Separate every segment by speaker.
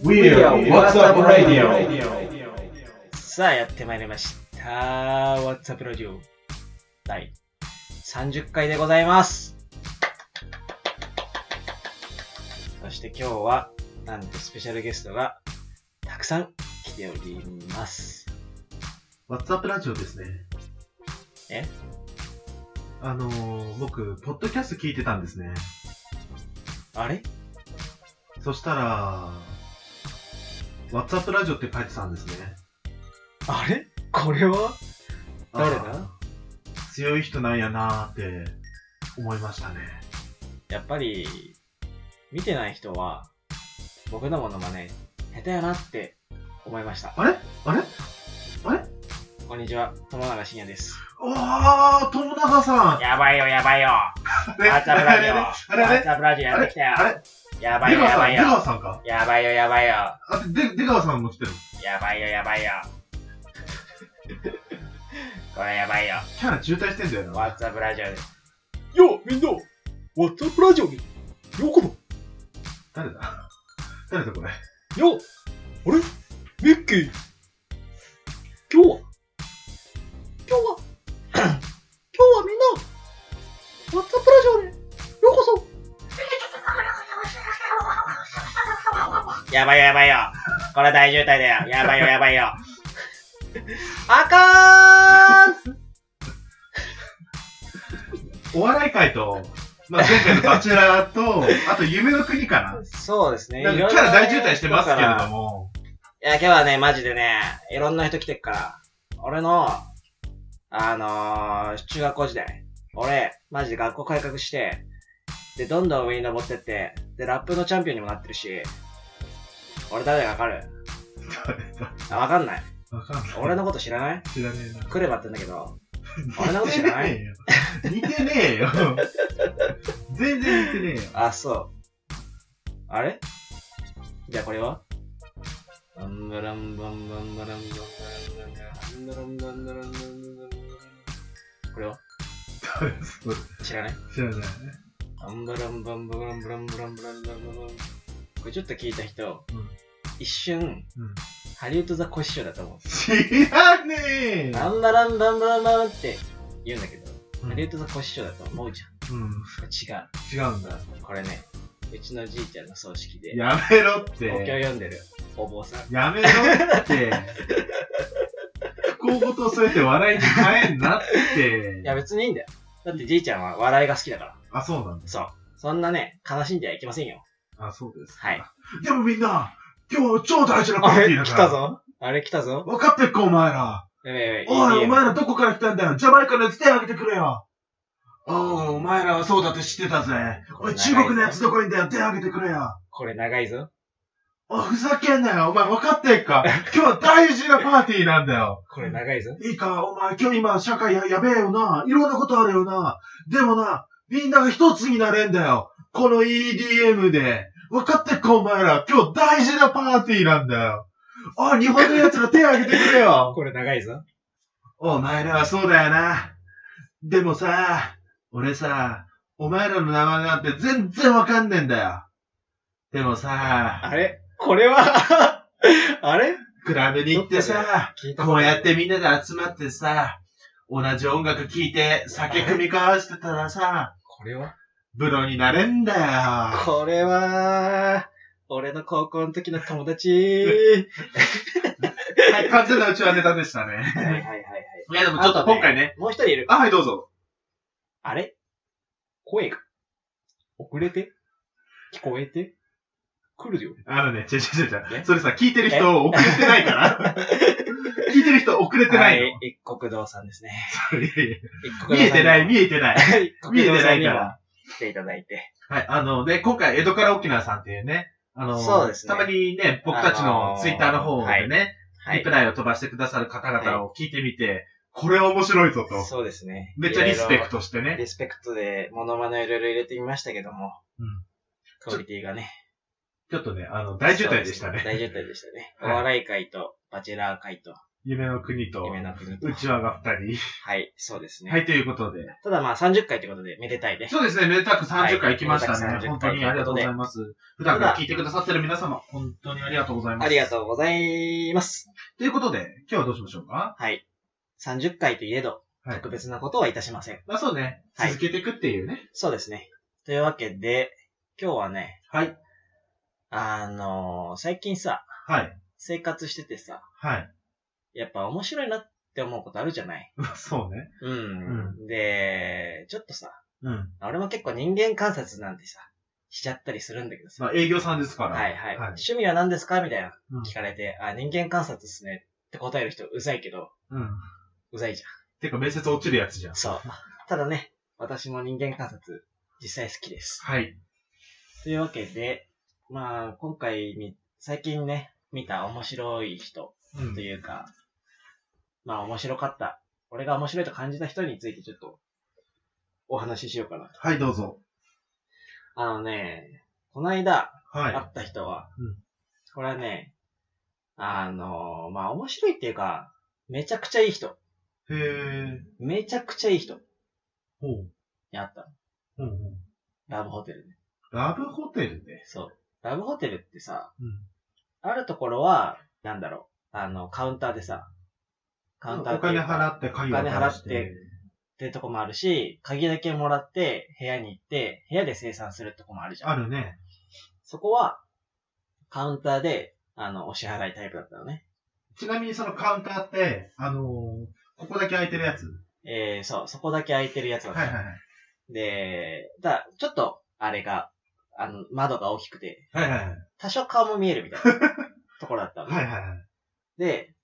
Speaker 1: We're What's Up Radio
Speaker 2: さあやってまいりました。What's Up Radio 第30回でございます。そして今日は、なんとスペシャルゲストがたくさん来ております。
Speaker 1: ワッツアップラジオですね。
Speaker 2: え
Speaker 1: あのー、僕、ポッドキャスト聞いてたんですね。
Speaker 2: あれ
Speaker 1: そしたら、ワッツアップラジオって書いてたんですね。
Speaker 2: あれこれは誰だ
Speaker 1: あー強い人なんやなーって思いましたね。
Speaker 2: やっぱり、見てない人は、僕のものまね、下手やなって思いました。
Speaker 1: あれあれ
Speaker 2: こんにちは、友永信也です。
Speaker 1: おー、友永さん
Speaker 2: やばいよ、やばいよ。
Speaker 1: あ
Speaker 2: ワッツアップラジオ。ワ
Speaker 1: あれあ
Speaker 2: ッ
Speaker 1: れ
Speaker 2: ツアップラジオやってきたよ
Speaker 1: あれ。
Speaker 2: やばい
Speaker 1: 出
Speaker 2: よ、
Speaker 1: 川
Speaker 2: や
Speaker 1: さん出
Speaker 2: ばいよ。
Speaker 1: 川さんか。
Speaker 2: やばいよ、やばいよ。
Speaker 1: あ、で、出川さんも来てる。
Speaker 2: やばいよ、やばいよ。これやばいよ。
Speaker 1: キャラ渋滞してんだよ
Speaker 2: ワッ
Speaker 1: な。
Speaker 2: ツアップラジオで。よ、みんな、ワッツアップラジオにようこ
Speaker 1: 誰だ誰だこれ。
Speaker 2: そ。よ、あれミッキー。今日は、今日は、 今日はみんな、ワッツアップラジオにようこそ。やばいよ、やばいよ。これ大渋滞だよ。やばいよ、やばい よ。あかーん
Speaker 1: お笑い界と、まあ、前回のバチェラー と、あと夢の国かな。
Speaker 2: そうですね。
Speaker 1: なん
Speaker 2: いろ
Speaker 1: かキ
Speaker 2: いろ
Speaker 1: ャ
Speaker 2: ね
Speaker 1: ラ大渋滞してますけれど
Speaker 2: い
Speaker 1: も。
Speaker 2: や、今日はね、マジでね、いろんな人来てっから、俺の、あのー、中学校時代、俺、マジで学校改革して、で、どんどん上に登ってって、で、ラップのチャンピオンにもなってるし、俺誰だかわかるあ、わかんない。
Speaker 1: わかんない。
Speaker 2: 俺のこと知らない
Speaker 1: 知らねえな。
Speaker 2: クレバってんだけど、俺のこと知らない
Speaker 1: い似てねえよ。全然似てねえよ。
Speaker 2: あ、そう。あれじゃあこれはバンバランバンバンバランバンバランバランバンバランバランバランバランバランこれは
Speaker 1: そう
Speaker 2: 知らない
Speaker 1: 知らない。
Speaker 2: バンバランバンバランバランバランバランバランバランこれちょっと聞いた人、
Speaker 1: うん
Speaker 2: 一瞬、
Speaker 1: うん
Speaker 2: ハリウッドザコシショウだと思
Speaker 1: 知らねえ
Speaker 2: う。
Speaker 1: よ
Speaker 2: バンバランバンバランバランって言うんだけど、
Speaker 1: うん
Speaker 2: ハリウッドザコシショウだと思うじゃ
Speaker 1: うん、
Speaker 2: ん。違
Speaker 1: 違うんだ。
Speaker 2: う。これね、うちのじいちゃんの葬式で、
Speaker 1: やめろっ
Speaker 2: お経
Speaker 1: て。
Speaker 2: 読んでるお坊さん。
Speaker 1: やめろ って。不幸事を添えて笑いに変えんなっ
Speaker 2: い
Speaker 1: て。
Speaker 2: や、別にいいんだよ。だってじいちゃんは笑いが好きだから。
Speaker 1: あ、そうなんだ。
Speaker 2: そう。そんなね、悲しんじゃいけませんよ。
Speaker 1: あ、そうです。
Speaker 2: はい。
Speaker 1: でもみんな、今日超大事なパーティーだから。
Speaker 2: ぞ。あれ来たぞ。
Speaker 1: 分かってっか、お前ら。
Speaker 2: やべやべ。
Speaker 1: おい、お前
Speaker 2: ら。
Speaker 1: らどこから来たんだよ。ジャマイカのやつ手挙げてくれよ。おう、お前らはそうだって知ってたぜ。おい、中国のやつどこいんだよ。手挙げてくれよ。
Speaker 2: これ長いぞ。
Speaker 1: おい、ふざけんなよ。お前分かってっか。今日は大事なパーティーなんだよ。
Speaker 2: これ長いぞ。
Speaker 1: いいか、お前今日今社会ややべえよな。いろんなことあるよな。でもな、みんなが一つになれんだよ。この EDM で。分かってっか、お前ら。今日大事なパーティーなんだよ。おい、日本のやつら手挙げてくれよ。
Speaker 2: これ長いぞ。
Speaker 1: お前らはそうだよな。でもさ、俺さ、お前らの名前なんて全然わかんねえんだよ。でもさ、
Speaker 2: あれこれは あれ
Speaker 1: クラブに行ってさ、
Speaker 2: 聞いた。
Speaker 1: こうやっててみんなで集まってさ、同じ音楽聴いて酒組み交わしてたらさ、
Speaker 2: これは
Speaker 1: ブロになれんだよ。
Speaker 2: これは、俺の高校の時の 友達。
Speaker 1: はい、完全なうちはネタでした
Speaker 2: はいはい
Speaker 1: ね。
Speaker 2: はいはい。
Speaker 1: いやでもちょっと今回ね。
Speaker 2: もう一人いる。
Speaker 1: あ、はい、どうぞ。
Speaker 2: あれ声が、遅れて聞こえて来るよ。
Speaker 1: あのね、ちょちょちょちょ
Speaker 2: え、
Speaker 1: それさ、聞いてる人遅れてない から。聞いてる人遅れてないの。
Speaker 2: はい、一国堂さんですね。
Speaker 1: いやいや
Speaker 2: 一 国
Speaker 1: 見え
Speaker 2: 堂さん
Speaker 1: て
Speaker 2: に
Speaker 1: ない、見えてない。
Speaker 2: はい
Speaker 1: 見えてないから
Speaker 2: ら。来ていただいて。
Speaker 1: はい、あのね、今回、江戸から沖縄さんっていうね、あの、
Speaker 2: そうですね
Speaker 1: たまにね、僕たち
Speaker 2: あの
Speaker 1: の
Speaker 2: ー
Speaker 1: ツイッターの方でね、
Speaker 2: は
Speaker 1: リ
Speaker 2: い
Speaker 1: プ。ライを飛ばしてくださる方々を聞いてみて、これは面白いぞと。
Speaker 2: そうですね。
Speaker 1: めっちゃリスペク
Speaker 2: ト。
Speaker 1: トしてね。
Speaker 2: リスペクトで、モノマネをいろいろ入れてみましたけども。
Speaker 1: うん
Speaker 2: クオリティがね。
Speaker 1: ちょっとね、あの、大渋滞でしたね。
Speaker 2: 大渋滞でしたね。お
Speaker 1: はい
Speaker 2: 笑い会と、バチェラー会と、
Speaker 1: 夢の国と、
Speaker 2: 夢の国と
Speaker 1: う。ちわが二人。
Speaker 2: はい、そうですね。
Speaker 1: はい、ということで。
Speaker 2: ただまあ30回ということで、めでたいね。
Speaker 1: そうですね、めでたく30
Speaker 2: は
Speaker 1: 回
Speaker 2: い
Speaker 1: 行きましたね。
Speaker 2: めでたく30回
Speaker 1: 本当にありがとうございます。普段から聞いてくださってる皆様、本当にありがとうございます。
Speaker 2: ありがとうございます。
Speaker 1: ということで、今日はどうしましょうか
Speaker 2: はい。30回といえど、
Speaker 1: はい
Speaker 2: 特別なことはいたしません。
Speaker 1: まあそうね、
Speaker 2: はい
Speaker 1: 続けていくっていうね。
Speaker 2: そうですね。というわけで、今日はね、
Speaker 1: はい。
Speaker 2: あのー最近さ、
Speaker 1: はい。
Speaker 2: 生活しててさ、
Speaker 1: はい。
Speaker 2: やっぱ面白いなって思うことあるじゃない
Speaker 1: そうね。
Speaker 2: うん。で、ちょっとさ、
Speaker 1: うん。
Speaker 2: 俺も結構人間観察なんてさ、しちゃったりするんだけどさ。
Speaker 1: まあ営業さんですから。
Speaker 2: はいは
Speaker 1: はい。
Speaker 2: い。趣味は何ですかみたいな
Speaker 1: うん。
Speaker 2: 聞かれて、あ、人間観察っすねって答える人うざいけど、
Speaker 1: うん。
Speaker 2: うざいじ
Speaker 1: てか面接落ちるやつじゃん
Speaker 2: ゃん。。そう。ただね、私も人間観察、実際好きです。
Speaker 1: はい。
Speaker 2: というわけで、まあ、今回み、最近ね、見た面白い人
Speaker 1: うん
Speaker 2: と。いうか、まあ面白かった、俺が面白いと感じた人についてちょっと、お話ししようかな。
Speaker 1: はい、どうぞ。
Speaker 2: あのね、この間、
Speaker 1: はい。
Speaker 2: 会った人は、
Speaker 1: うん
Speaker 2: これはね、あのまあ、面白いっていうか、めちゃくちゃいい人。
Speaker 1: へえ。
Speaker 2: めちゃくちゃいい人
Speaker 1: ほう。
Speaker 2: に会ったの。
Speaker 1: ほうほう。
Speaker 2: ラブホテルで。
Speaker 1: ラブホテルで。
Speaker 2: そう。ラブホテルってさ、
Speaker 1: うん。
Speaker 2: あるところは、なんだろう、あの、カウンターでさ、カウンター
Speaker 1: お金払
Speaker 2: っ
Speaker 1: って鍵
Speaker 2: お金払って
Speaker 1: 渡して。
Speaker 2: ていうとこもあるし、鍵だけもらって、部屋に行って、部屋で生産するとこもあるじゃん。
Speaker 1: あるね。
Speaker 2: そこは、カウンターで、あの、お支払いタイプだったのね。
Speaker 1: ちなみにそのカウンターって、あのー、ここだけ空いてるやつ。
Speaker 2: えー、そう、そこだけ空いてるやつだった。
Speaker 1: はいはいはい。
Speaker 2: で、だ、ちょっと、あれが、あの、窓が大きくて、
Speaker 1: はいはいはい。
Speaker 2: 多少顔も見えるみたい なところだったのね、
Speaker 1: はいはいはい。
Speaker 2: で、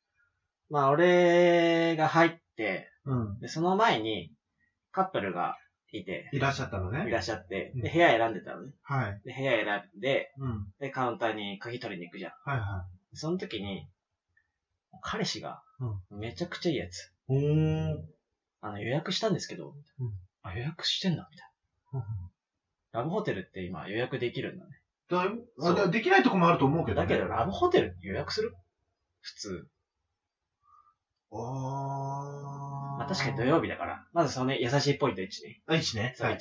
Speaker 2: まあ、俺が入って、
Speaker 1: うん。
Speaker 2: で、その前に、カップルがいて、
Speaker 1: いらっしゃったの
Speaker 2: い
Speaker 1: ね。
Speaker 2: らっしゃって、
Speaker 1: うん
Speaker 2: で、部屋選んでたのね。
Speaker 1: はい。
Speaker 2: で、部屋選んで、
Speaker 1: うん。
Speaker 2: で、カウンターに鍵取りに行くじゃん。
Speaker 1: はいはい。
Speaker 2: その時に、彼氏が、めちゃくちゃいいやつ。
Speaker 1: おー。
Speaker 2: あの、予約したんですけど、
Speaker 1: うん
Speaker 2: あ、予約してんだ、みたいな。ラブホテルって今予約できるんだね。
Speaker 1: だいぶ
Speaker 2: そ
Speaker 1: あ
Speaker 2: う
Speaker 1: でできないとこもあると思うけど、
Speaker 2: だ
Speaker 1: ね。
Speaker 2: けど、ラブホテル予約する普通。
Speaker 1: あー。
Speaker 2: まあ、確かに土曜日だから。まずそのね優しいポイント1ね。
Speaker 1: あ。いいしね。
Speaker 2: その1。。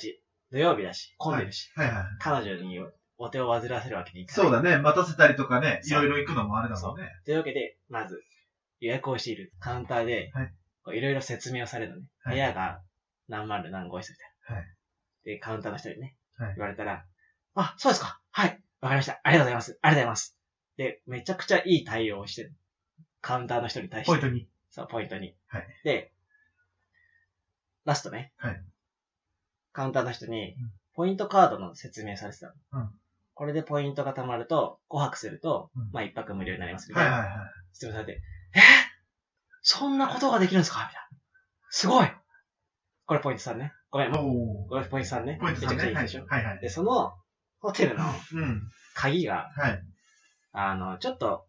Speaker 2: 土曜日だし、混んでるし、
Speaker 1: はいはい。
Speaker 2: 彼女にお手を煩わせるわけにいかな
Speaker 1: そう
Speaker 2: い。
Speaker 1: だね。待たせたりとかね、い
Speaker 2: そう
Speaker 1: ろいろ行くのもあれだもんね。
Speaker 2: というわけで、まず、予約をしているカウンターで
Speaker 1: はい、
Speaker 2: こういろいろ説明をされるのね。
Speaker 1: はい
Speaker 2: 部屋が何万で何号室みたいな。
Speaker 1: はい
Speaker 2: で、カウンターの人にね、
Speaker 1: はい
Speaker 2: 言われたら、あ、そうですか。はい。わかりました。ありがとうございます。ありがとうございます。で、めちゃくちゃいい対応をしてる。カウンターの人に対して
Speaker 1: ポイン。トに。
Speaker 2: そう、ポイントに。
Speaker 1: はい
Speaker 2: で、ラストね。
Speaker 1: はい
Speaker 2: カウンターの人に
Speaker 1: うん、
Speaker 2: ポイントカードの説明されてたの。
Speaker 1: うん
Speaker 2: これでポイントが貯まると、5泊すると、
Speaker 1: うん
Speaker 2: まあ1泊無料になりますみた
Speaker 1: はいい
Speaker 2: な。
Speaker 1: はいはい。
Speaker 2: 説明されて、えそんなことができるんですかみたいな。すごいこれポイントさんね。ごめん、もう
Speaker 1: お
Speaker 2: これポイントさんね。
Speaker 1: ー。ポイントさん
Speaker 2: め
Speaker 1: ね。
Speaker 2: ちゃ
Speaker 1: は
Speaker 2: く
Speaker 1: い
Speaker 2: ち
Speaker 1: は
Speaker 2: ゃいいでしょ。
Speaker 1: いはい。
Speaker 2: で、その、ホテルの
Speaker 1: うん。
Speaker 2: 鍵が、
Speaker 1: はい。
Speaker 2: あの、ちょっと、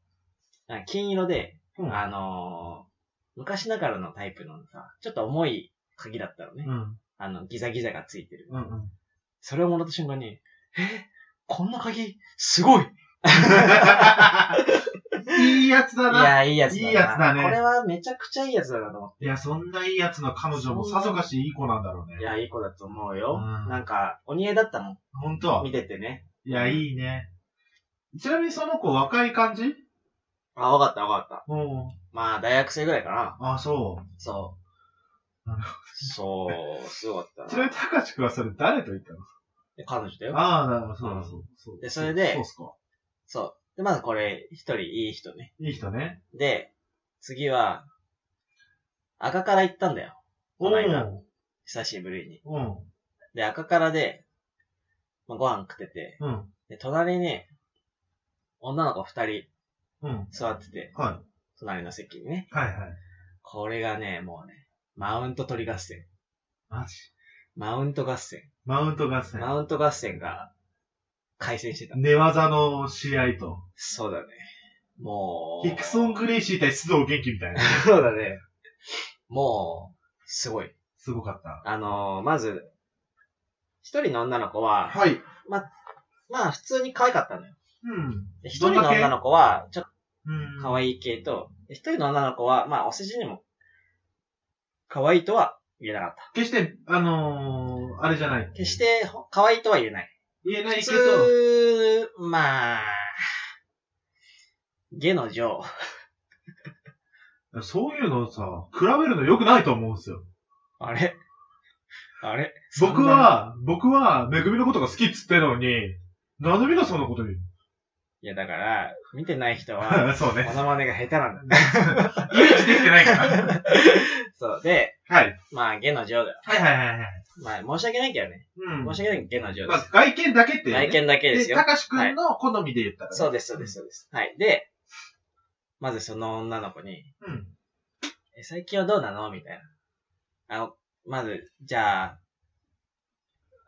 Speaker 2: あ金色で、
Speaker 1: うん
Speaker 2: あのー昔ながらのタイプのさ、ちょっと重い鍵だったのね。
Speaker 1: うん。
Speaker 2: あの、ギザギザがついてる。
Speaker 1: うんうん。
Speaker 2: それをもらった瞬間に、えこんな鍵、すごいい
Speaker 1: いいやつだな。
Speaker 2: や、いいやつだな。
Speaker 1: いいやつだね
Speaker 2: これはめちゃくちゃいいやつだなと思っ
Speaker 1: いや、そんないいやつの彼女もさぞかしいい子なんだろう
Speaker 2: て。い
Speaker 1: ね。
Speaker 2: や、いい子だと思うよ。
Speaker 1: うん
Speaker 2: なんか、お似合いだったもん。
Speaker 1: ほんと
Speaker 2: 見ててね。
Speaker 1: いや、いいね。ちなみにその子若い感じ
Speaker 2: あ、わかったわかった。
Speaker 1: うん。
Speaker 2: まあ、大学生ぐらいかな。
Speaker 1: あ、そ
Speaker 2: そう
Speaker 1: なる。
Speaker 2: そう、すごかっ
Speaker 1: う。
Speaker 2: た
Speaker 1: ちなみ
Speaker 2: な。
Speaker 1: に、たかしくんはそれ誰と言ったの
Speaker 2: で 彼女だよ。
Speaker 1: ああ、なるほど、そうそう。
Speaker 2: でそれで
Speaker 1: そうっすか。
Speaker 2: そう。で、まずこれ、一人いい人ね。
Speaker 1: いい人ね。
Speaker 2: で、次は、赤から行ったんだよ。この
Speaker 1: う
Speaker 2: 間、
Speaker 1: ん。
Speaker 2: 久しぶりに。
Speaker 1: うん。
Speaker 2: で、赤からで、まあ、ご飯食ってて、
Speaker 1: うん。
Speaker 2: で、隣に、女の子二人
Speaker 1: うん。
Speaker 2: 座ってて、
Speaker 1: は
Speaker 2: 隣の席にね。
Speaker 1: い。はいはい。
Speaker 2: これがね、もうね、マウント取り合戦。
Speaker 1: マジ。
Speaker 2: マウント合戦。
Speaker 1: マウント合戦。
Speaker 2: マウント合戦が、開戦してた。
Speaker 1: 寝技の試合と。
Speaker 2: そうだね。もう、
Speaker 1: ヒクソン・グレイシー対須藤元気みたいな。
Speaker 2: そうだね。もう、すごい。
Speaker 1: すごかった。
Speaker 2: あのーまず、一人の女の子は、
Speaker 1: はい。
Speaker 2: まあ普通に可愛かったのよ。
Speaker 1: うん。
Speaker 2: で一人の女の子は、ちょっと
Speaker 1: うん。
Speaker 2: 可愛い系と、一人の女の子は、まあ、お世辞にも、可愛いとは言えなかった。
Speaker 1: 決して、あのー、あれじゃない。
Speaker 2: 決して、ほ可愛いとは言えない。
Speaker 1: 言えない
Speaker 2: 普
Speaker 1: けど、
Speaker 2: 通、まあ、下の女王。
Speaker 1: そういうのをさ、比べるの良くないと思うんですよ。
Speaker 2: あれあれ
Speaker 1: 僕、は、僕は、めぐみのことが好きっつってんのに、なんでみんなそんなこと言う
Speaker 2: いやだから、見てない人は、
Speaker 1: の そうね
Speaker 2: モ。ノマネが下手なんだ。
Speaker 1: イメージできてない から。
Speaker 2: そう。で、
Speaker 1: はい。
Speaker 2: まあ、下の女王だよ。
Speaker 1: はいはいはいはい。
Speaker 2: まあ、申し訳ないけどね。
Speaker 1: うん。
Speaker 2: 申し訳ないけど、下の女王
Speaker 1: ま
Speaker 2: で
Speaker 1: あ
Speaker 2: す。、
Speaker 1: 外見だけって、ね。
Speaker 2: 外見だけです
Speaker 1: で、
Speaker 2: よ。
Speaker 1: たかしくんの好みで言ったら、ね
Speaker 2: そうです、そうです、そうです。はい。で、まずその女の子に、
Speaker 1: うん。
Speaker 2: え、最近はどうなのみたいな。あの、まず、じゃあ、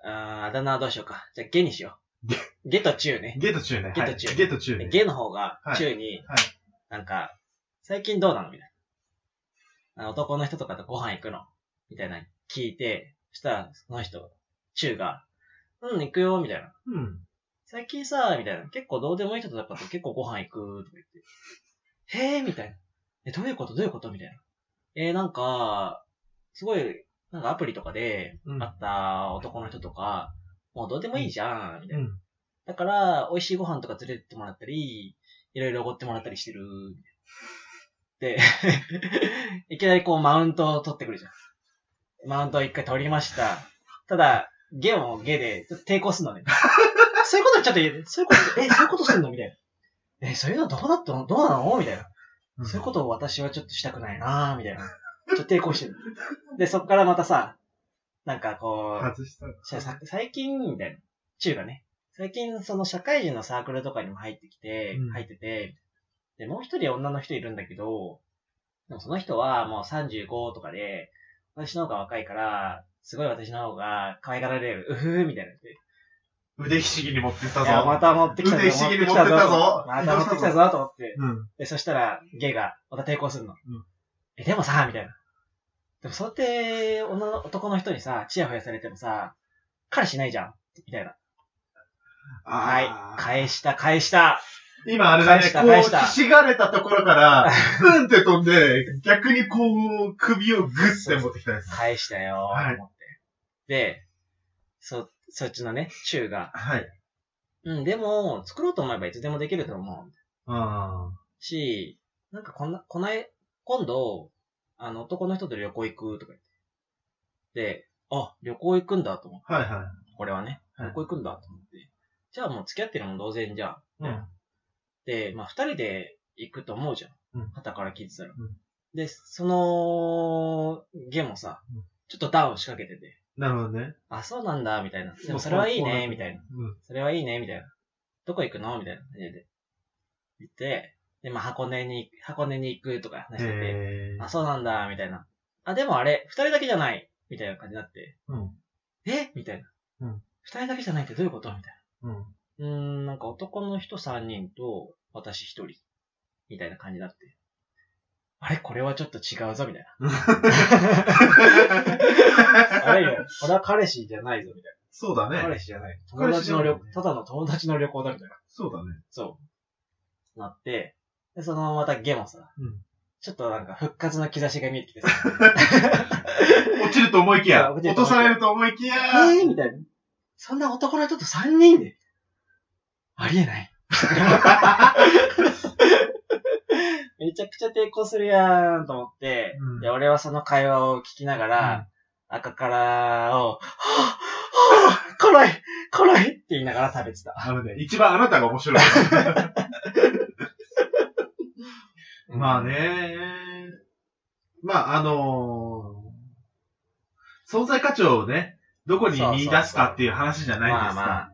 Speaker 2: あーあだ名はどうしようか。じゃあ、ゲにしよ う。ゲと中ね。
Speaker 1: ゲット中ね。
Speaker 2: ゲット中
Speaker 1: はい、ゲット中ね。
Speaker 2: ゲの方が
Speaker 1: は、い
Speaker 2: 中に、
Speaker 1: はい
Speaker 2: なんか、最近どうなのみたいな。あの男の人とかとご飯行くのみたいな、聞いて、そしたら、その人、中が、うん、行くよ、みたいな。
Speaker 1: うん。
Speaker 2: 最近さ、みたいな。結構どうでもいい人とかと結構ご飯行く、とか言って。へえ、みたいな。え、どういうことどういうことみたいな。えーなんか、すごい、なんかアプリとかで
Speaker 1: うん
Speaker 2: 会った男の人とか、もうどうでもいいじゃん、みたいな。
Speaker 1: うん
Speaker 2: だから、美味しいご飯とか連れてってもらったり、いろいろおごってもらったりしてる。で、 いきなりこうマウントを取ってくるじゃん。マウントを一回取りました。ただ、ゲもゲで、ちょっと抵抗するのね。 そういうことちょっと言えて、そういうこと、え、そういうことしてんのみたいな。え、そういうのどうだったのどうなのみたいな。そういうことを私はちょっとしたくないなぁ、みたいな。ちょっと抵抗してる。で、そこからまたさ、なんかこう、
Speaker 1: 外した。
Speaker 2: ささ最近、みたいな。中がね。最近、その社会人のサークルとかにも入ってきて、
Speaker 1: うん
Speaker 2: 入ってて、で、もう一人女の人いるんだけど、でもその人はもう35とかで、私の方が若いから、すごい私の方が可愛がられる、うふーみたいな。
Speaker 1: 腕ひしぎに持ってったぞ。
Speaker 2: いや、また持ってきたぞ。
Speaker 1: 腕ひしぎに持ってったぞ。
Speaker 2: また持ってきた。ぞ、と思って。
Speaker 1: うん。
Speaker 2: で、そしたら、ゲイが、また抵抗するの。
Speaker 1: ん
Speaker 2: え、でもさ、みたいな。でも、そうやって、女の、男の人にさ、チヤホヤされてもさ、彼氏いないじゃん。みたいな。はい。
Speaker 1: あ
Speaker 2: 返した、返した。
Speaker 1: ー今あれだ
Speaker 2: 返
Speaker 1: ね、
Speaker 2: した
Speaker 1: こ
Speaker 2: 返した
Speaker 1: う、ひしがれたところ から、うんって飛んで、逆にこう、首をグッて持ってきたやつ。
Speaker 2: 返したよ、
Speaker 1: はい
Speaker 2: と思って。で、そ、そっちのね、中が、
Speaker 1: はい。
Speaker 2: うん、でも、作ろうと思えばいつでもできると思う。
Speaker 1: あ
Speaker 2: し、なんかこんな、こない、今度、あの、男の人と旅行行くとか言って。で、あ、旅行行くんだと思って、
Speaker 1: あ。はいは
Speaker 2: これはね。
Speaker 1: はい
Speaker 2: 旅行行くんだと思って。じゃあもう付き合ってるもん同然じゃん。
Speaker 1: い。うん。
Speaker 2: で、まあ二人で行くと思うじゃん。
Speaker 1: うん
Speaker 2: 旗から聞いてたら。
Speaker 1: ん
Speaker 2: で、その、ゲもさ
Speaker 1: うん、
Speaker 2: ちょっとダウン仕掛けてて。
Speaker 1: なるほどね。
Speaker 2: あ、そうなんだ、みたいな。でもそれはいいね、みたいな。。
Speaker 1: うん。
Speaker 2: それはいいね、みたいな。どこ行くのみたいな感じで。行って、で、まあ、箱根に、箱根に行くとか話してて、
Speaker 1: へ
Speaker 2: あ、そうなんだ、みたいな。あ、でもあれ、二人だけじゃない、みたいな感じになって、
Speaker 1: うん。
Speaker 2: えみたいな。
Speaker 1: うん
Speaker 2: 二人だけじゃないってどういうことみたい
Speaker 1: うん。
Speaker 2: な。うーん、なんか男の人三人と、私一人、みたいな感じになって。あれこれはちょっと違うぞ、みたい な。あれよ、これは彼氏じゃないぞ、みたい
Speaker 1: そうだ
Speaker 2: な。
Speaker 1: ね。
Speaker 2: 彼氏じゃない。友
Speaker 1: 彼氏
Speaker 2: 達
Speaker 1: じゃ
Speaker 2: の
Speaker 1: ない
Speaker 2: 旅行、ただの友達の旅行だ、みたいな。
Speaker 1: そうだね。
Speaker 2: そう。なって、で、そのまたゲもさ、
Speaker 1: うん
Speaker 2: ちょっとなんか復活の兆しが見えてき てさ、
Speaker 1: 落ちると思いきや、
Speaker 2: 落ち
Speaker 1: 落
Speaker 2: ると思いきや
Speaker 1: とされると思いきや、
Speaker 2: えーみたいな。そんな男の人と3人でありえない。めちゃくちゃ抵抗するやんと思って、
Speaker 1: うん
Speaker 2: で俺はその会話を聞きながら、赤からを、はぁ、 はぁ、辛い、辛いって言いながら食べてた。
Speaker 1: あのね、一番あなたが面白い。まあ。ね。まあ、あのー、存在価値をね、どこに見出すかっていう話じゃない
Speaker 2: ま
Speaker 1: で
Speaker 2: あ
Speaker 1: す
Speaker 2: ま
Speaker 1: か。
Speaker 2: あ。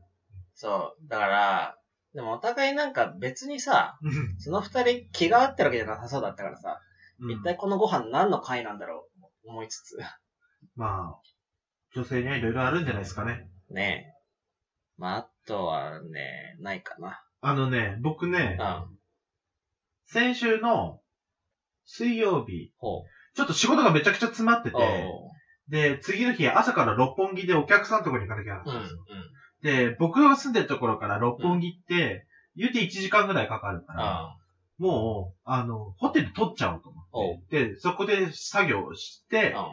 Speaker 2: そう。だから、でもお互いなんか別にさ、その二人気が合ってるわけじゃなさそうだったからさ、
Speaker 1: うん
Speaker 2: 一体このご飯何の会なんだろうと思いつつ。
Speaker 1: まあ、女性にはいろいろあるんじゃないですかね。
Speaker 2: ねえ。まあ、あとはね、ないかな。
Speaker 1: あのね、僕ね、
Speaker 2: うん。
Speaker 1: 先週の水曜日、
Speaker 2: ほう。
Speaker 1: ちょっと仕事がめちゃくちゃ詰まってて、
Speaker 2: おう
Speaker 1: で、次の日朝から六本木でお客さんとこに行かなきゃなら
Speaker 2: うん。う
Speaker 1: なんいんですよ。で、僕が住んでるところから六本木って、言うて1時間ぐらいかかるから、
Speaker 2: あ
Speaker 1: もう、あの、ホテル取っちゃおうと思って。で、そこで作業して
Speaker 2: うん。、は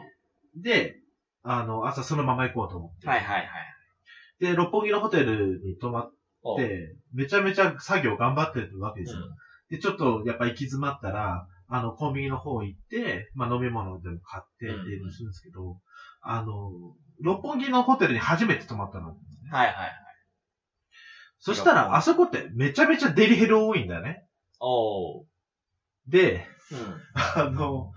Speaker 1: で、あの、朝そのまま行こうと思っ
Speaker 2: いはいはい。
Speaker 1: て。で、六本木のホテルに泊まっ
Speaker 2: おう
Speaker 1: て、めちゃめちゃ作業頑張ってるわけですよ。
Speaker 2: う
Speaker 1: で、ちょっと、やっぱ行き詰まったら、あの、コンビニの方行って、まあ、飲み物でも買ってっていうのするんですけど、あの、六本木のホテルに初めて泊まったの。
Speaker 2: んはいはい。
Speaker 1: そしたら、あそこってめちゃめちゃデリヘル多いんだよね。
Speaker 2: おう。
Speaker 1: で、
Speaker 2: うん。
Speaker 1: あの、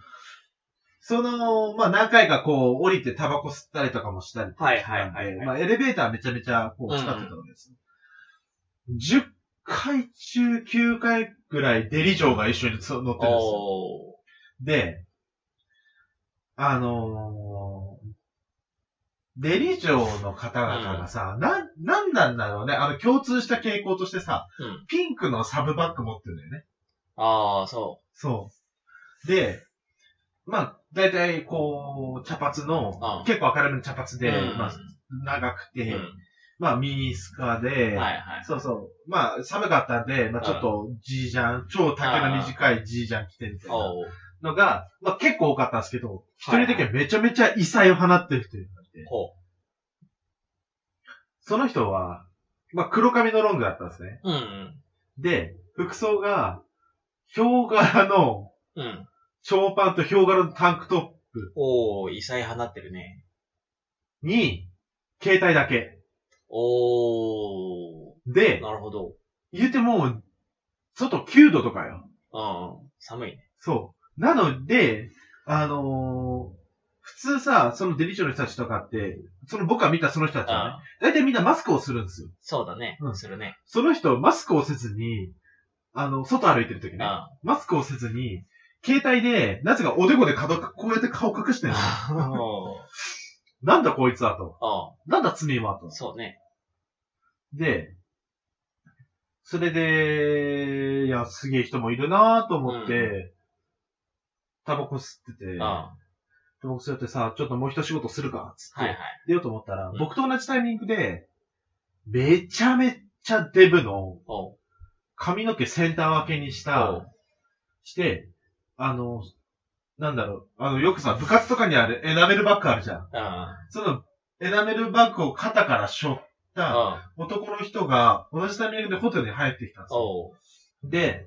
Speaker 1: その、まあ、何回かこう、降りてタバコ吸ったりとかもしたりとかしてたんで
Speaker 2: はいはいはいはい
Speaker 1: まあ、エレベーターめちゃめちゃこう、使ってたわけですよ。10回中9回ぐらいデリ嬢が一緒に乗ってるんですよ。
Speaker 2: おう。
Speaker 1: で、あのー、デリ嬢の方々がさ、な、なんなんだろうね、あの、共通した傾向としてさ、
Speaker 2: うん
Speaker 1: ピンクのサブバッグ持ってるんだよね。
Speaker 2: ああ、そ
Speaker 1: そう。で、まあ、だいたい、こう、茶髪の、
Speaker 2: うん
Speaker 1: 結構明るめの茶髪で、
Speaker 2: うん
Speaker 1: まあ、長く
Speaker 2: う。う
Speaker 1: て、
Speaker 2: ん。
Speaker 1: まあ、ミニスカで、
Speaker 2: はいはい。
Speaker 1: そうそう。まあ、寒かったんで、まあ、ちょっと、ジージャン、超丈の短いジージャン着てみたいな。
Speaker 2: おう。
Speaker 1: のが、まあ、結構多かったんですけど、一
Speaker 2: はい
Speaker 1: 人だけめちゃめちゃ異彩を放ってる人いるんだって、
Speaker 2: ほ
Speaker 1: その人は、まあ、黒髪のロングだったんですね。
Speaker 2: う。うん
Speaker 1: で、服装が、ヒョウ柄の
Speaker 2: うん。うん。
Speaker 1: 長パンとヒョウ柄のタンクトップ
Speaker 2: おう、異彩放ってるね。
Speaker 1: に、携帯だけ。
Speaker 2: おう。
Speaker 1: で、
Speaker 2: なるほど。
Speaker 1: 言うても、外9度とかよ。
Speaker 2: うん。寒いね。
Speaker 1: そう。なので、あのー普通さ、そのデリチョの人たちとかって、その僕が見たその人たちはね、
Speaker 2: あ
Speaker 1: 大体みんなマスクをするんですよ。
Speaker 2: そうだね
Speaker 1: う。ん
Speaker 2: するね。
Speaker 1: その人、マスクをせずに、あの、外歩いてる時
Speaker 2: う
Speaker 1: ね、
Speaker 2: ん。
Speaker 1: マスクをせずに、携帯で、なぜかおでこで角か、こうやって顔隠してるの。
Speaker 2: おう。
Speaker 1: なんだこいつはと。
Speaker 2: う
Speaker 1: なんだ罪はと
Speaker 2: ん。。そうね。
Speaker 1: で、それで、いや、すげえ人もいるなぁと思って、
Speaker 2: う
Speaker 1: タバコ吸ってて、
Speaker 2: うん。
Speaker 1: タ
Speaker 2: は
Speaker 1: バコ吸ってさ、ちょっともう一仕事するか、つっ
Speaker 2: いはい
Speaker 1: て、。出ようと思ったら、
Speaker 2: うん
Speaker 1: 僕と同じタイミングで、めちゃめちゃデブの
Speaker 2: おう。
Speaker 1: 髪の毛センター分けにした、
Speaker 2: おう。
Speaker 1: して、あの、なんだろう、あの、よくさ、部活とかにあるエナメルバッグあるじゃん。
Speaker 2: うん。
Speaker 1: その、エナメルバッグを肩から背負っ
Speaker 2: う
Speaker 1: た
Speaker 2: ん。
Speaker 1: 男の人が、同じタイミングでホテルに入ってきたんですよ。
Speaker 2: おう。
Speaker 1: で、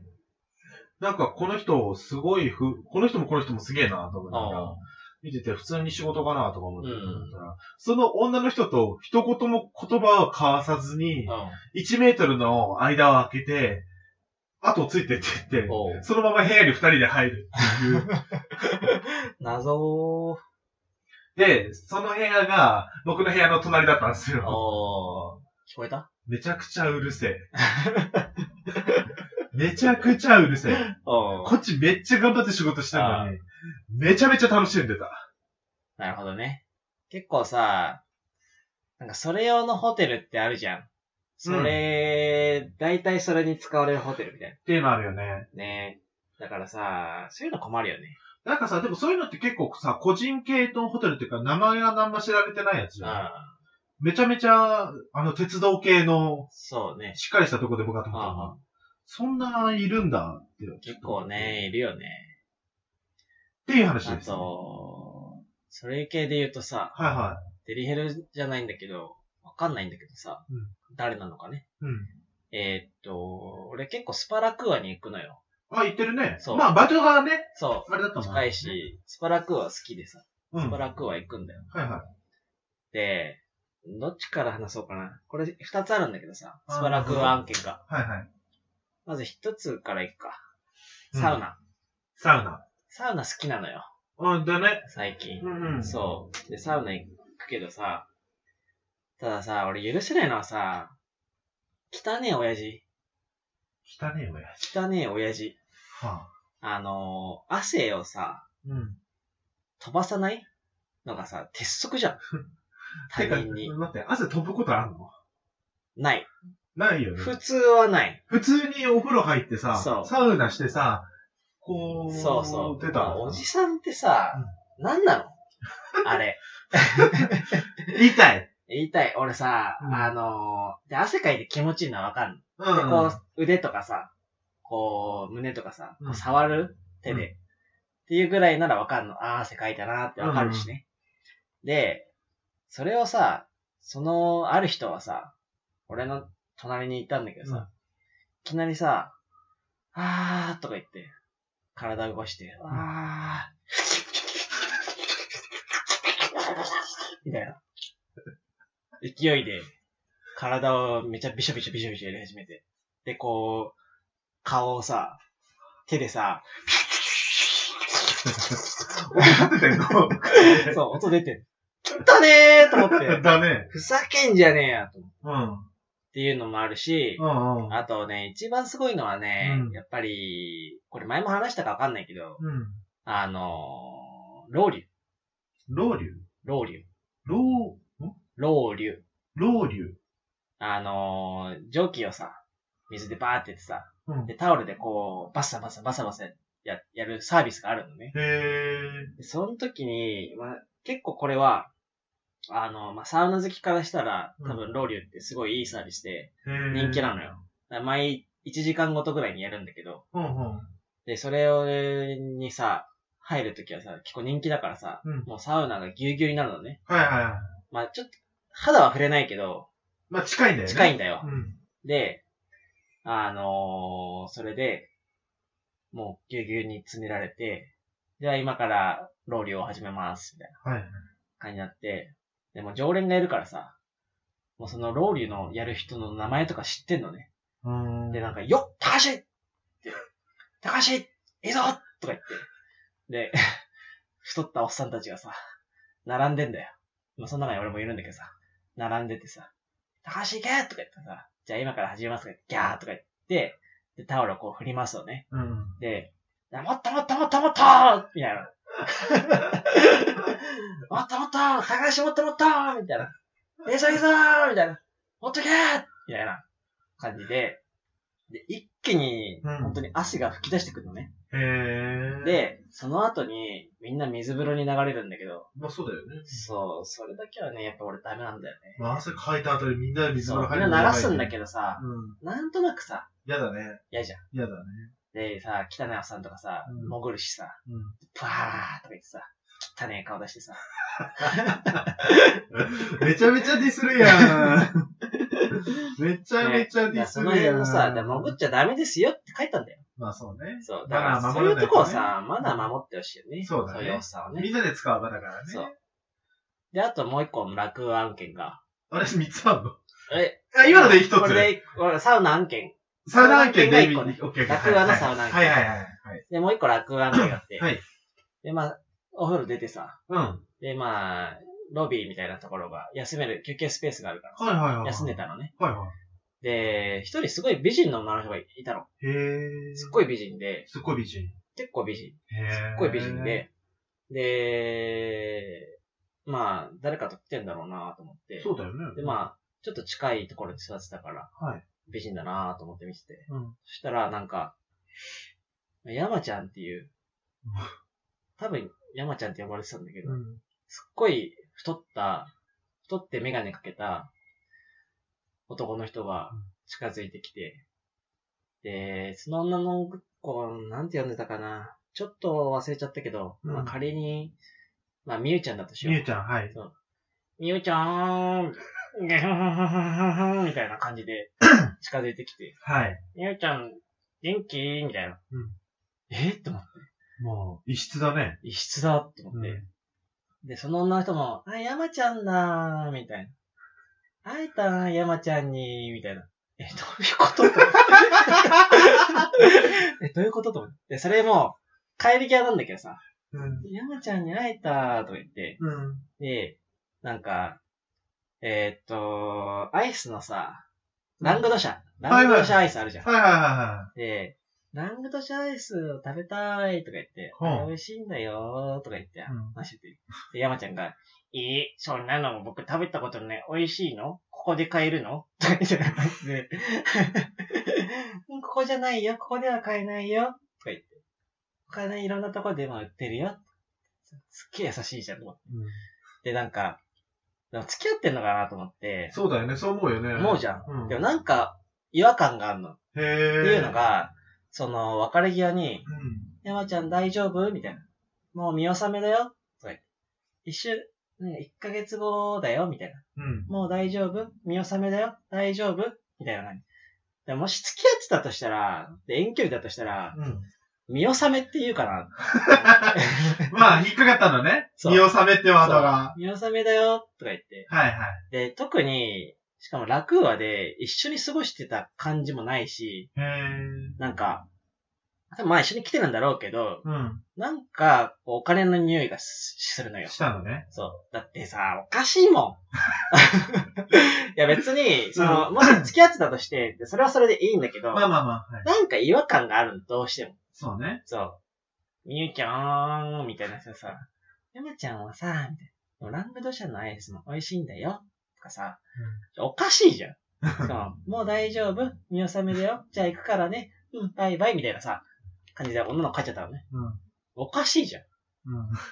Speaker 1: なんかこの人、すごいふ、この人もこの人もすげえなと思いなが
Speaker 2: お
Speaker 1: ら
Speaker 2: う。
Speaker 1: 見てて普通に仕事かなとか思って
Speaker 2: うん
Speaker 1: たら、その女の人と一言も言葉を交わさずに、
Speaker 2: う
Speaker 1: 1メートルの間を空けて、後をついてって言って
Speaker 2: ん。、おう。
Speaker 1: そのまま部屋に二人で入るっていう。
Speaker 2: 謎。
Speaker 1: で、その部屋が僕の部屋の隣だったんですよ。
Speaker 2: おう。聞こえた
Speaker 1: めちゃくちゃうる せえ。めちゃくちゃうるせえ。
Speaker 2: お
Speaker 1: こっちめっちゃ頑張って仕事してるのに、めちゃめちゃ楽しんでた。
Speaker 2: なるほどね。結構さ、なんかそれ用のホテルってあるじゃん。それ、大体それに使われるホテルみたい
Speaker 1: っていうのあるよね。
Speaker 2: な。ねだからさ、そういうの困るよね。
Speaker 1: なんかさ、でもそういうのって結構さ、個人系のホテルっていうか、名前が何も知られてないやつじ
Speaker 2: う
Speaker 1: ゃん。
Speaker 2: ん。
Speaker 1: めちゃめちゃ、あの、鉄道系の、
Speaker 2: そうね。
Speaker 1: しっかりしたとこで僕が泊まったの
Speaker 2: あ
Speaker 1: がそんないるんだって。
Speaker 2: 結構。ね、いるよね。
Speaker 1: っていう話
Speaker 2: あ
Speaker 1: です、ね。は
Speaker 2: と、それ系で言うとさ、
Speaker 1: いは
Speaker 2: デリヘルじゃないんだけど、わかんないんだけどさ、
Speaker 1: うん
Speaker 2: 誰なのかね。
Speaker 1: い。うん。
Speaker 2: えーっと、俺結構スパラクーアに行くのよ。
Speaker 1: あ、言ってるね。
Speaker 2: そう
Speaker 1: まあ、場所がね、
Speaker 2: そ
Speaker 1: あれだった
Speaker 2: う、
Speaker 1: もんね
Speaker 2: 近い。し、スパラクーア好きでさ、
Speaker 1: うん。
Speaker 2: ス
Speaker 1: は
Speaker 2: パ
Speaker 1: い
Speaker 2: ラクーア行くんだよ。
Speaker 1: は
Speaker 2: で、どっちから話そうかな。これ二つあるんだけどさ、
Speaker 1: あー
Speaker 2: スパラクーア案件が。
Speaker 1: い。はいはい。
Speaker 2: まず一つから行くか。
Speaker 1: うん
Speaker 2: サウナ。
Speaker 1: サウナ。
Speaker 2: サウナ好きなのよ、
Speaker 1: うん、だね。
Speaker 2: 最近。
Speaker 1: うんうん
Speaker 2: そう。で、サウナ行くけどさ、たださ、俺許せないのはさ、汚ねえ親父。
Speaker 1: 汚ねえ親父。
Speaker 2: 汚ねえ親父。
Speaker 1: はあ。
Speaker 2: あのー、汗をさ、
Speaker 1: うん。
Speaker 2: 飛ばさないのがさ、鉄則じゃん。他人
Speaker 1: て
Speaker 2: に
Speaker 1: か。待って、汗飛ぶことあるの
Speaker 2: ない。
Speaker 1: ないよね。
Speaker 2: 普通はない。
Speaker 1: 普通にお風呂入って
Speaker 2: そ
Speaker 1: さ
Speaker 2: う、
Speaker 1: サウナしてさ、こう、
Speaker 2: そうそう。
Speaker 1: 出た
Speaker 2: まあ
Speaker 1: の
Speaker 2: おじさんってさ、何なのあ れ。
Speaker 1: 言いたい。
Speaker 2: 言いたい。俺さ、
Speaker 1: うん
Speaker 2: あのーで、汗かいて気持ちいいのはわかる。
Speaker 1: うん。
Speaker 2: で、こう、腕とかさ、こう、胸とかさ
Speaker 1: う、ん
Speaker 2: 触る手
Speaker 1: うん
Speaker 2: で。っていうぐらいならわかるの。ああ、汗かいたなってわかるしね。で、それをさ、その、ある人はさ、俺の隣にいたんだけど
Speaker 1: うん
Speaker 2: さ、いきなりさ、あーとか言って、体動かして、
Speaker 1: ん
Speaker 2: あー、みたいな。勢いで、体をめちゃびしょびしょびしょびしょやり始めて。で、こう、顔をさ、手でさ、
Speaker 1: 分かってたよ。
Speaker 2: そう、音出てる。汚ねーと思 って、
Speaker 1: だ ね。
Speaker 2: ふざけんじゃねえやと。っ
Speaker 1: うん。
Speaker 2: ていうのもあるし
Speaker 1: う、んうん。
Speaker 2: あとね、一番すごいのはね、
Speaker 1: うん
Speaker 2: やっぱり、これ前も話したかわかんないけど、
Speaker 1: うん。
Speaker 2: あのー、老流。
Speaker 1: 老流
Speaker 2: 老流。
Speaker 1: 老、ん
Speaker 2: 老流。
Speaker 1: 老流。
Speaker 2: あのー、蒸気をさ、水でバーってやってさ、
Speaker 1: うん。
Speaker 2: で、タオルでこう、バサバサバサバサや、やるサービスがあるのね。
Speaker 1: へえ。
Speaker 2: でその時に、まあ、結構これは、あの、まあ、サウナ好きからしたら、多分、ロウリュってすごいいいサービスで、
Speaker 1: へー
Speaker 2: 人気なのよ。だから毎1時間ごとぐらいにやるんだけど、
Speaker 1: うんうん。
Speaker 2: で、それを、にさ、入るときはさ、結構人気だからさ、
Speaker 1: うん
Speaker 2: もうサウナがぎゅうぎゅうになるのね。
Speaker 1: はいはいはい。
Speaker 2: まあ、ちょっと、肌は触れないけど、
Speaker 1: まあ近いんだよね。
Speaker 2: 近い
Speaker 1: ん
Speaker 2: んだよ。
Speaker 1: うん。
Speaker 2: で、あのーそれで、もうぎゅうぎゅうに詰められて、じゃあ今から、ロウリュを始めます、みたいな。
Speaker 1: はい。
Speaker 2: 感じになって、でも常連がいるからさ、もうそのロウリュのやる人の名前とか知ってんのね。
Speaker 1: うーん。
Speaker 2: で、なんか、よっ高橋って、高橋いいぞとか言って。で、 太ったおっさんたちがさ、並んでんだよ。まあ、その中に俺もいるんだけどさ、並んでてさ、高橋行けとか言ってさ、じゃあ今から始めますから、ギャーとか言って、で、タオルをこう振りますよね。
Speaker 1: うん。
Speaker 2: で、あもっともっともっともっとみた いな。もっともっと高橋もっともっとみたいな。いいぞいいぞみたいな。もっとけみたいな感じで、で、一気に、
Speaker 1: うん
Speaker 2: 本当に汗が噴き出してくるのね。
Speaker 1: へえ。、
Speaker 2: で、その後に、みんな水風呂に流れるんだけど、
Speaker 1: まあそうだよね。
Speaker 2: そう、それだけはね、やっぱ俺ダメなんだよね。
Speaker 1: まあ汗かいた後にみんなで水風呂
Speaker 2: そう
Speaker 1: 入
Speaker 2: み
Speaker 1: る
Speaker 2: んな流すんだ
Speaker 1: ど。
Speaker 2: けどさ、
Speaker 1: うん。
Speaker 2: なんとなくさ、
Speaker 1: 嫌だね。
Speaker 2: 嫌じゃん。
Speaker 1: 嫌だね。
Speaker 2: で、さ、汚いおっさんとかさ
Speaker 1: う、ん
Speaker 2: 潜るしさ、
Speaker 1: う
Speaker 2: パーとか言ってさ、汚ねえ顔出してさ。
Speaker 1: ん。めちゃめちゃディスるやん。めちゃめちゃデ
Speaker 2: い
Speaker 1: ィ
Speaker 2: や、
Speaker 1: ス
Speaker 2: そ
Speaker 1: る
Speaker 2: の
Speaker 1: やん。
Speaker 2: 辺もさ、で潜っちゃダメですよって書いたんだよ。
Speaker 1: まあそうね。
Speaker 2: そう。だ
Speaker 1: マナ
Speaker 2: か
Speaker 1: ー
Speaker 2: ら、
Speaker 1: 守
Speaker 2: そうい
Speaker 1: ら
Speaker 2: う
Speaker 1: ないとね
Speaker 2: とこはさ、まだ守ってほしいよね。
Speaker 1: そうだね
Speaker 2: そういうおっさんをね。
Speaker 1: みんなで使う場だからね。
Speaker 2: そう。で、あともう一個の楽案件が。
Speaker 1: あれ、三つあるの
Speaker 2: え、
Speaker 1: あ、今ので一つ。
Speaker 2: これで、これサウナ案件。
Speaker 1: サウナ案件で
Speaker 2: 一個ね
Speaker 1: オッケーオッケー
Speaker 2: 楽はなサウナ案件
Speaker 1: はいはいはいはい。
Speaker 2: で、もう一個楽案件があって。
Speaker 1: はい。
Speaker 2: で、まあ、お風呂出てさ。
Speaker 1: うん。は
Speaker 2: で、まあ、ロビーみたいなところが、休める休憩スペースがあるから
Speaker 1: いはいはいはい。
Speaker 2: 休んで。たのね。
Speaker 1: はいは
Speaker 2: で、一人すごい美人の女の人がいたの。
Speaker 1: い。へえ。
Speaker 2: すっごい美人で、
Speaker 1: すっごい美人。へ
Speaker 2: 結構美人。
Speaker 1: え。
Speaker 2: すっごい美人。で、で、まあ、誰かと来てんだろうなと思って、
Speaker 1: そうだよね。
Speaker 2: で、まあ、ちょっと近いところで座ってたから、
Speaker 1: はい
Speaker 2: 美人だなと思って見てて、
Speaker 1: うん。
Speaker 2: そしたら、なんか、山ちゃんっていう
Speaker 1: うん、
Speaker 2: 多分山ちゃんって呼ばれてたんだけど、
Speaker 1: うん。
Speaker 2: すっごい太った、太ってメガネかけた男の人が近づいてきて、で、その女の子、なんて呼んでたかな。ちょっと忘れちゃったけど、
Speaker 1: うん
Speaker 2: まあ仮に、まあみゆちゃんだとしよ
Speaker 1: みゆ
Speaker 2: う。
Speaker 1: ちゃん、はい。
Speaker 2: みゆちゃーん、ゲフフフフフみたいな感 じで近づいてきて、
Speaker 1: はい。
Speaker 2: みゆちゃん、元気みたいな。
Speaker 1: うん
Speaker 2: えって思って、
Speaker 1: もう、異質だね。
Speaker 2: 異質だって思って。で、その女の人も、あ、山ちゃんだー、みたいな。会えたな、山ちゃんに、みたいな。え、どういうこと え、どういうことと思って。で、それも、帰り際なんだけどさ、
Speaker 1: うん。
Speaker 2: 山ちゃんに会えたー、とか言って、
Speaker 1: うん。
Speaker 2: で、なんか、えーっと、アイスのさ、ラングドシャ、ラングドシャアイスあるじゃん。
Speaker 1: はいはいは
Speaker 2: で、ラングドシャアイスを食べたいとか言って、
Speaker 1: うん
Speaker 2: あれ美味しいんだよーとか言って
Speaker 1: うん、
Speaker 2: 話してて。で、山ちゃんが、えー、そんなの僕食べたことない。美味しいのここで買えるのとか言ってで うんここじゃないよ。ここでは買えないよ。とか言って。他ね、いろんなとこでも売ってるよ。すっげえ優しいじゃんと思って。
Speaker 1: い。うん
Speaker 2: で、なんか、でも付き合ってんのかなと思って、
Speaker 1: そうだよね、そう思うよね。
Speaker 2: 思うじゃん。
Speaker 1: うん
Speaker 2: でもなんか、違和感があるの。
Speaker 1: へえ。
Speaker 2: っていうの、が、その、別れ際に、
Speaker 1: う
Speaker 2: 山ちゃん大丈夫みたいな。もう見納めだよとか言って。一週、ね、一ヶ月後だよみたいな。
Speaker 1: ん。うん。
Speaker 2: もう大丈夫見納めだよ大丈夫みたいな感じ。でもし付き合ってたとしたら、で遠距離だとしたら、
Speaker 1: うん。
Speaker 2: 見納めって言うかな。
Speaker 1: まあ、引っかかったのね。
Speaker 2: そう
Speaker 1: 見納めってワードが。
Speaker 2: 見納めだよとか言って。
Speaker 1: はいはい。
Speaker 2: で、特に、しかも楽話で一緒に過ごしてた感じもないし、
Speaker 1: へー
Speaker 2: なんか、まあ一緒に来てるんだろうけど、
Speaker 1: うん。
Speaker 2: なんか、こうお金の匂いがすするのよ。
Speaker 1: したのね。
Speaker 2: そう。だってさ、おかしいもん。 いや別に、その、
Speaker 1: うん
Speaker 2: もし付き合ってたとして、でそれはそれでいいんだけど、
Speaker 1: まあまあまあ。はい、
Speaker 2: なんか違和感があるの、どうしても。
Speaker 1: そうね。
Speaker 2: そう。みゆきゃーん、みたいなさ、さ、山ちゃんはさ、みたいな。ラングドシャのアイスも美味しいんだよ。とかさ、おかしいじゃん。そうもう大丈夫見納めだよ。じゃあ行くからね。うん、バイバイ。みたいなさ、感じで女の子帰っちゃったのね。
Speaker 1: うん。
Speaker 2: おかしいじゃん。
Speaker 1: うん。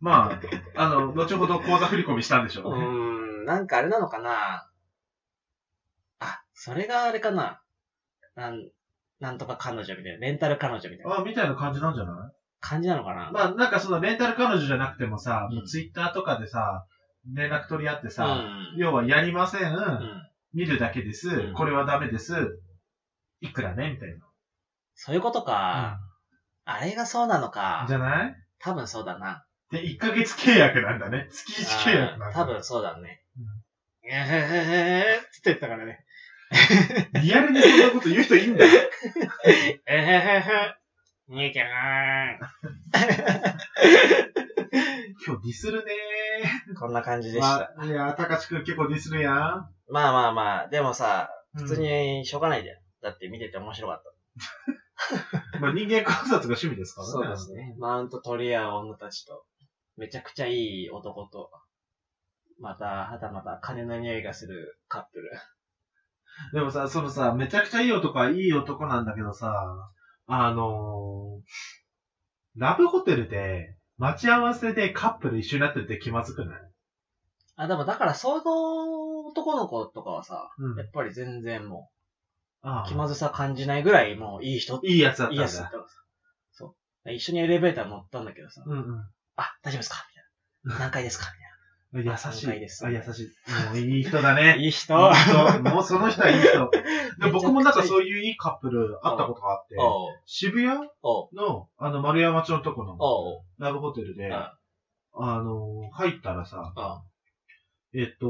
Speaker 1: まあ、あの、後ほど口座振り込みしたんでしょ
Speaker 2: う
Speaker 1: うね。
Speaker 2: ーん、なんかあれなのかなあ、それがあれかななん、なんとか彼女みたいな、レンタル彼女みたいな
Speaker 1: あ、みたいな感じなんじゃない
Speaker 2: 感じなのかな、
Speaker 1: まあ、なんかそのレンタル彼女じゃなくてもさ、
Speaker 2: うん
Speaker 1: ツイッターとかでさ、連絡取り合って
Speaker 2: う
Speaker 1: さ、
Speaker 2: ん。
Speaker 1: 要はやりません,、
Speaker 2: うん。
Speaker 1: 見るだけです、
Speaker 2: うん
Speaker 1: これはダメです。いくらねみたい
Speaker 2: そういうことか。あれがそうなの
Speaker 1: な。
Speaker 2: か
Speaker 1: じ。ゃない
Speaker 2: 多分そうだな。
Speaker 1: で、1ヶ月契約なんだね。月1契約
Speaker 2: う
Speaker 1: なんん
Speaker 2: 多
Speaker 1: だ。
Speaker 2: 分そうだね
Speaker 1: うん。
Speaker 2: えへへへーって言ってたからね。
Speaker 1: リアルにそんなこと言う人いい んだよ。
Speaker 2: えへへへ。みゆきゃー
Speaker 1: 今日ディスるね
Speaker 2: ん。こんな感じ
Speaker 1: ー。
Speaker 2: でした。
Speaker 1: まあ、いや、たかしくん結構ディスるやん。
Speaker 2: まあまあまあ、でもさ、普通
Speaker 1: うん
Speaker 2: にしょうがないじゃん。だって見てて面白かった。
Speaker 1: まあ、人間観察が趣味ですからね。
Speaker 2: そうですね。マウント取り合う女たちと、めちゃくちゃいい男と、また、はたまた金の匂いがするカップル。
Speaker 1: でもさ、そのさ、めちゃくちゃいい男はいい男なんだけどさ、あのー、ラブホテルで、待ち合わせでカップル一緒になってるって気まずくない
Speaker 2: あ、でもだから、その男の子とかはさ、
Speaker 1: う
Speaker 2: やっ。ぱり全然も
Speaker 1: あ
Speaker 2: う、
Speaker 1: あ
Speaker 2: 気まずさ感じないぐらい、もういい人、
Speaker 1: いいやつだったん
Speaker 2: いい
Speaker 1: だ。
Speaker 2: やつだったからさ。そう。一緒にエレベーター乗ったんだけどさ、
Speaker 1: うんうん。
Speaker 2: あ、大丈夫ですかみたいな。何階ですかみ
Speaker 1: 優し
Speaker 2: 了解で
Speaker 1: い。
Speaker 2: す
Speaker 1: あ優しい。もういい人だ
Speaker 2: た いな。
Speaker 1: ね。
Speaker 2: いい人
Speaker 1: いい人もうその人はいい 人。で僕もなんかそういういいカップル会ったことがあって、
Speaker 2: おう、
Speaker 1: 渋谷
Speaker 2: おう、
Speaker 1: の、あの、丸山町のとこの
Speaker 2: おう、
Speaker 1: ラブホテルで、
Speaker 2: うん
Speaker 1: あのー、入ったらさ、
Speaker 2: おう、
Speaker 1: えっと、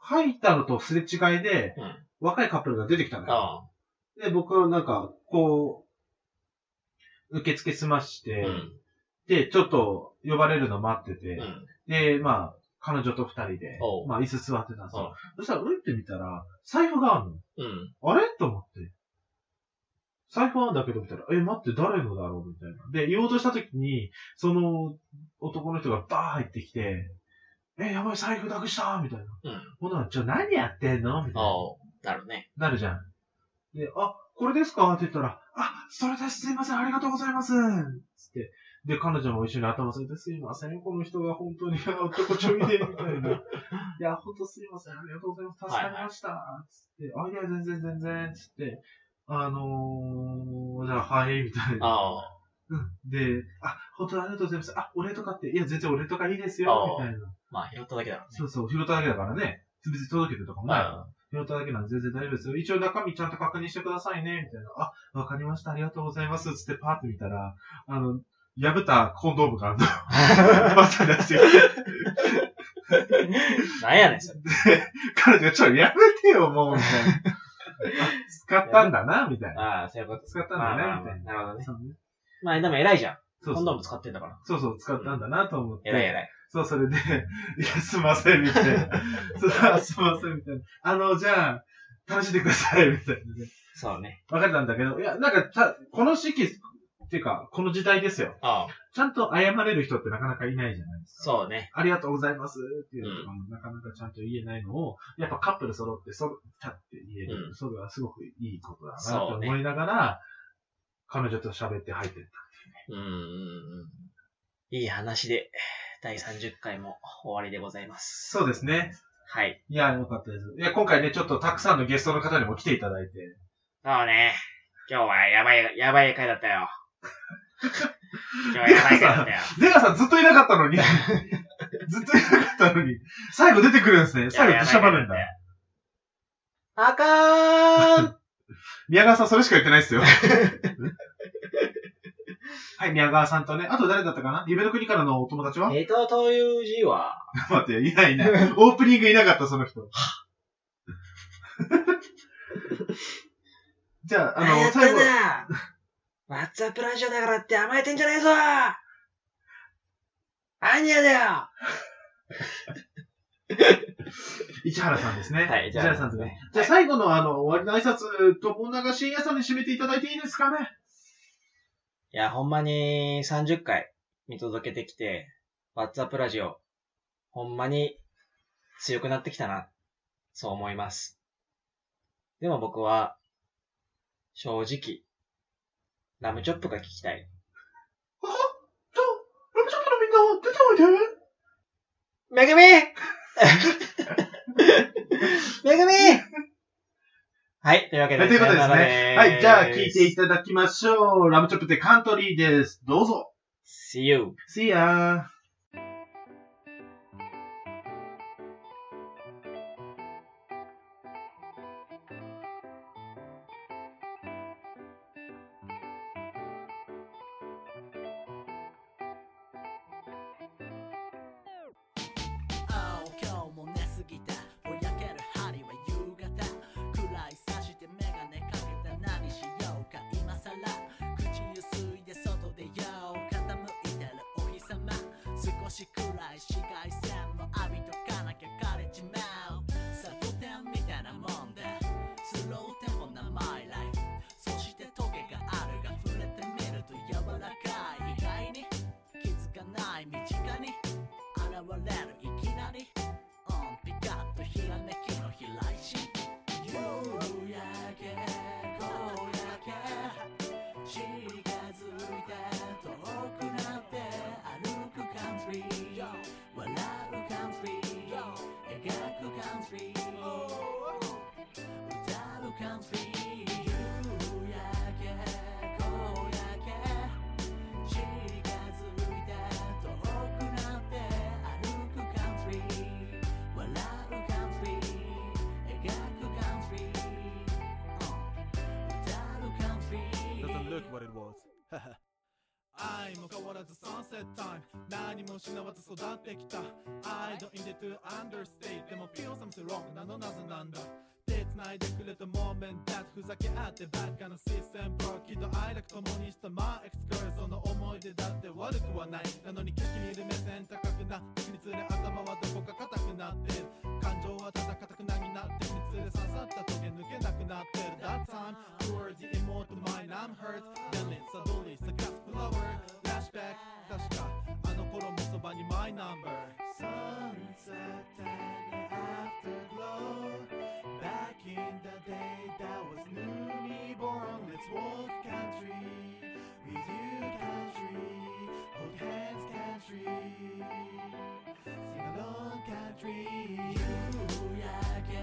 Speaker 1: 入ったのとすれ違いで、
Speaker 2: うん
Speaker 1: 若いカップルが出てきたのよ。
Speaker 2: おう、
Speaker 1: で、僕はなんか、こう、受付済まして、
Speaker 2: うん、
Speaker 1: で、ちょっと呼ばれるの待ってて、
Speaker 2: うん、
Speaker 1: で、まあ、彼女と二人で
Speaker 2: お、う
Speaker 1: まあ、椅子座ってたんです
Speaker 2: おう
Speaker 1: よ。そしたら、うんって見たら、財布があるの。
Speaker 2: うん。
Speaker 1: あれと思って。財布あんだけど、みたいな。え、待って、誰のだろうみたいな。で、言おうとした時に、その男の人がバー入ってきて、え、やばい、財布なくしたみたいな。
Speaker 2: うん
Speaker 1: ほな、ちょ、何やってんのみたいな。
Speaker 2: おう、なるね。
Speaker 1: なるじゃん。で、あ、これですかって言ったら、あ、それです、すいません、ありがとうございますつって。で、彼女も一緒に頭下げて、すいません、この人が本当に男ちょいで、みたいな。いや、本当すいません、ありがとうございます、助かりました。つって、あ、いや、全然全然、つって、あのー、じゃあ、はい、みたいな。
Speaker 2: お
Speaker 1: う
Speaker 2: う、
Speaker 1: んで、あ、本当にありがとうございます。あ、お礼とかって、いや、全然お礼とかいいです
Speaker 2: あ
Speaker 1: よ、
Speaker 2: ー
Speaker 1: みたいな。
Speaker 2: まあ、拾っただけだろうね。
Speaker 1: そうそう、拾っただけだからね。別に届けてとかもないから。拾っただけなんで全然大丈夫ですよ。一応中身ちゃんと確認してくださいね、みたいな。あ、わかりました、ありがとうございます。つってパーって見たら、あの、破ったコンドームがあるの。 バサ出してきて、
Speaker 2: なんやねん、それ。
Speaker 1: 彼女がちょ、やめてよ、もう、みたいな。あ使ったんだな、みたいな。
Speaker 2: ああ、そういうこと。
Speaker 1: 使ったんだね
Speaker 2: まあまあ
Speaker 1: みたい
Speaker 2: なるほどね。
Speaker 1: そうね
Speaker 2: まあ、でも偉いじゃん。
Speaker 1: そう
Speaker 2: コ
Speaker 1: そ
Speaker 2: ンドー
Speaker 1: う
Speaker 2: ム使ってんだから。
Speaker 1: そうそう、使ったんだなと思って。
Speaker 2: 偉い偉い。
Speaker 1: そう、それで、 いや、すいません、みたいな。 そうあすいません、みたいな。あの、じゃあ、楽しんでください、みたいなね。
Speaker 2: そうね。
Speaker 1: 別れたんだけど、いや、なんか、た、この時期、っていうか、この時代ですよ。
Speaker 2: ああ、
Speaker 1: ちゃんと謝れる人ってなかなかいないじゃないですか。う。
Speaker 2: そうね。
Speaker 1: ありがとうございますっていうのとかもなかなかちゃんと言えないのを、やっぱカップル揃って、そ、たって言える。
Speaker 2: うん
Speaker 1: それはすごくいいことだな
Speaker 2: そ
Speaker 1: と
Speaker 2: うね
Speaker 1: 思いながら、彼女と喋って入ってった。
Speaker 2: うんうんうん。いい話で、第30回も終わりでございます。
Speaker 1: そうですね。
Speaker 2: はい。
Speaker 1: いや、よかったです。いや、今回ね、ちょっとたくさんのゲストの方にも来ていただいて、
Speaker 2: そうね。今日はやばい、やばい回だった よ。今日はやばい回だった よ。
Speaker 1: 出川さんずっといなかったの に、ずっといなかったのに、最後出てくるんですね。最後
Speaker 2: や
Speaker 1: 出
Speaker 2: ば
Speaker 1: し
Speaker 2: い
Speaker 1: ゃば
Speaker 2: 回
Speaker 1: るん
Speaker 2: だった
Speaker 1: だ。
Speaker 2: よ。あかーん
Speaker 1: 宮川さんそれしか言ってないですよ。はい、宮川さんとね。あと誰だったかな夢の国からのお友達 は
Speaker 2: ネタという字は、
Speaker 1: 待って、いないいない。オープニングいなかった、その人。じゃあ、あ
Speaker 2: や
Speaker 1: の、
Speaker 2: った
Speaker 1: 最後、
Speaker 2: なワッツアップラジオだからって甘えてんじゃないぞアンニャだよ
Speaker 1: 市原さんですね。
Speaker 2: はい
Speaker 1: 市原さんですね。じゃ
Speaker 2: は
Speaker 1: あ
Speaker 2: い
Speaker 1: 最後のあの、終わりの挨拶、友永信也さんに締めていただいていいですかね
Speaker 2: いや、ほんまに30回見届けてきて、ワッツアップラジオ、ほんまに強くなってきたな、そう思います。でも僕は、正直、ラムチョップが聞きたい。
Speaker 1: あじゃあ、ラブチョップのみんな、出ておいで。
Speaker 2: めぐみめぐみはい、というわけで、
Speaker 1: はい、ということで
Speaker 2: さ
Speaker 1: す
Speaker 2: よなら
Speaker 1: ね。はい、じゃあ聞いてい
Speaker 2: た。
Speaker 1: ただきましょう。ラムチョップでカントリーです。どうぞ。
Speaker 2: See you!
Speaker 1: See ya!
Speaker 3: ああ今日も寝すぎたぼやける針は夕方暗いさしてメガネかけた何しようか今さら口ゆすいで外でよう傾いてるお日様少し暗い紫外線も浴びとかなきゃ枯れちまうサボテンみたいなもんでスローテンポなマイライフそしてトゲがあるが触れてみると柔らかい意外に気づかない身近に現れるいきなり、うん、ピカッとひらめきの飛来し夕焼け小焼け血がづいて遠くなって歩くカントリー笑うカントリー描くカントリー歌うカントリー夕焼け小焼け血がついて遠くなって歩くカントリー笑うカントリー描くカントリ Uh, ーうん歌うカントリー
Speaker 4: Doesn't look what it was. 愛も変わらずサンセットタイム何も失わず育ってきた I don't need to understand でも feel something wrong なのなぜなんだ手繋いでくれた moment that ふざけ合ってばっかなシステムブロ喜と愛楽共にしたマーエクスクルその思い出だって悪くはないなのに景色見る目線高くなってくにつれ頭はどこか硬くなってる感情はただ硬くなになってくにつれ刺さったとけ抜けなくなってる That time you're the immortal mind I'm hurt やれさどり探すフラワー Flashback 確かあの頃もそばに My number Sunset and afterglow Back in the day that was newly born Let's walk country with you country Hold hands country Sing along country
Speaker 3: 夕焼け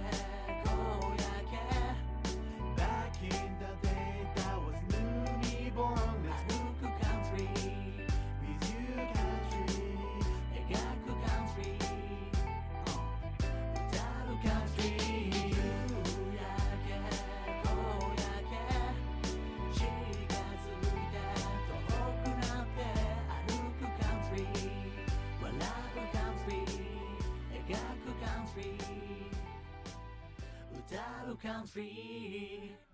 Speaker 3: 小焼け
Speaker 4: Back in the day that was newly born Let's
Speaker 3: 歩くカントリー
Speaker 4: with you country
Speaker 3: 描くカントリーうん歌うカントリー夕焼け小焼け血がついて遠くなって歩くカントリー笑うカントリー描くカントリー歌うカントリー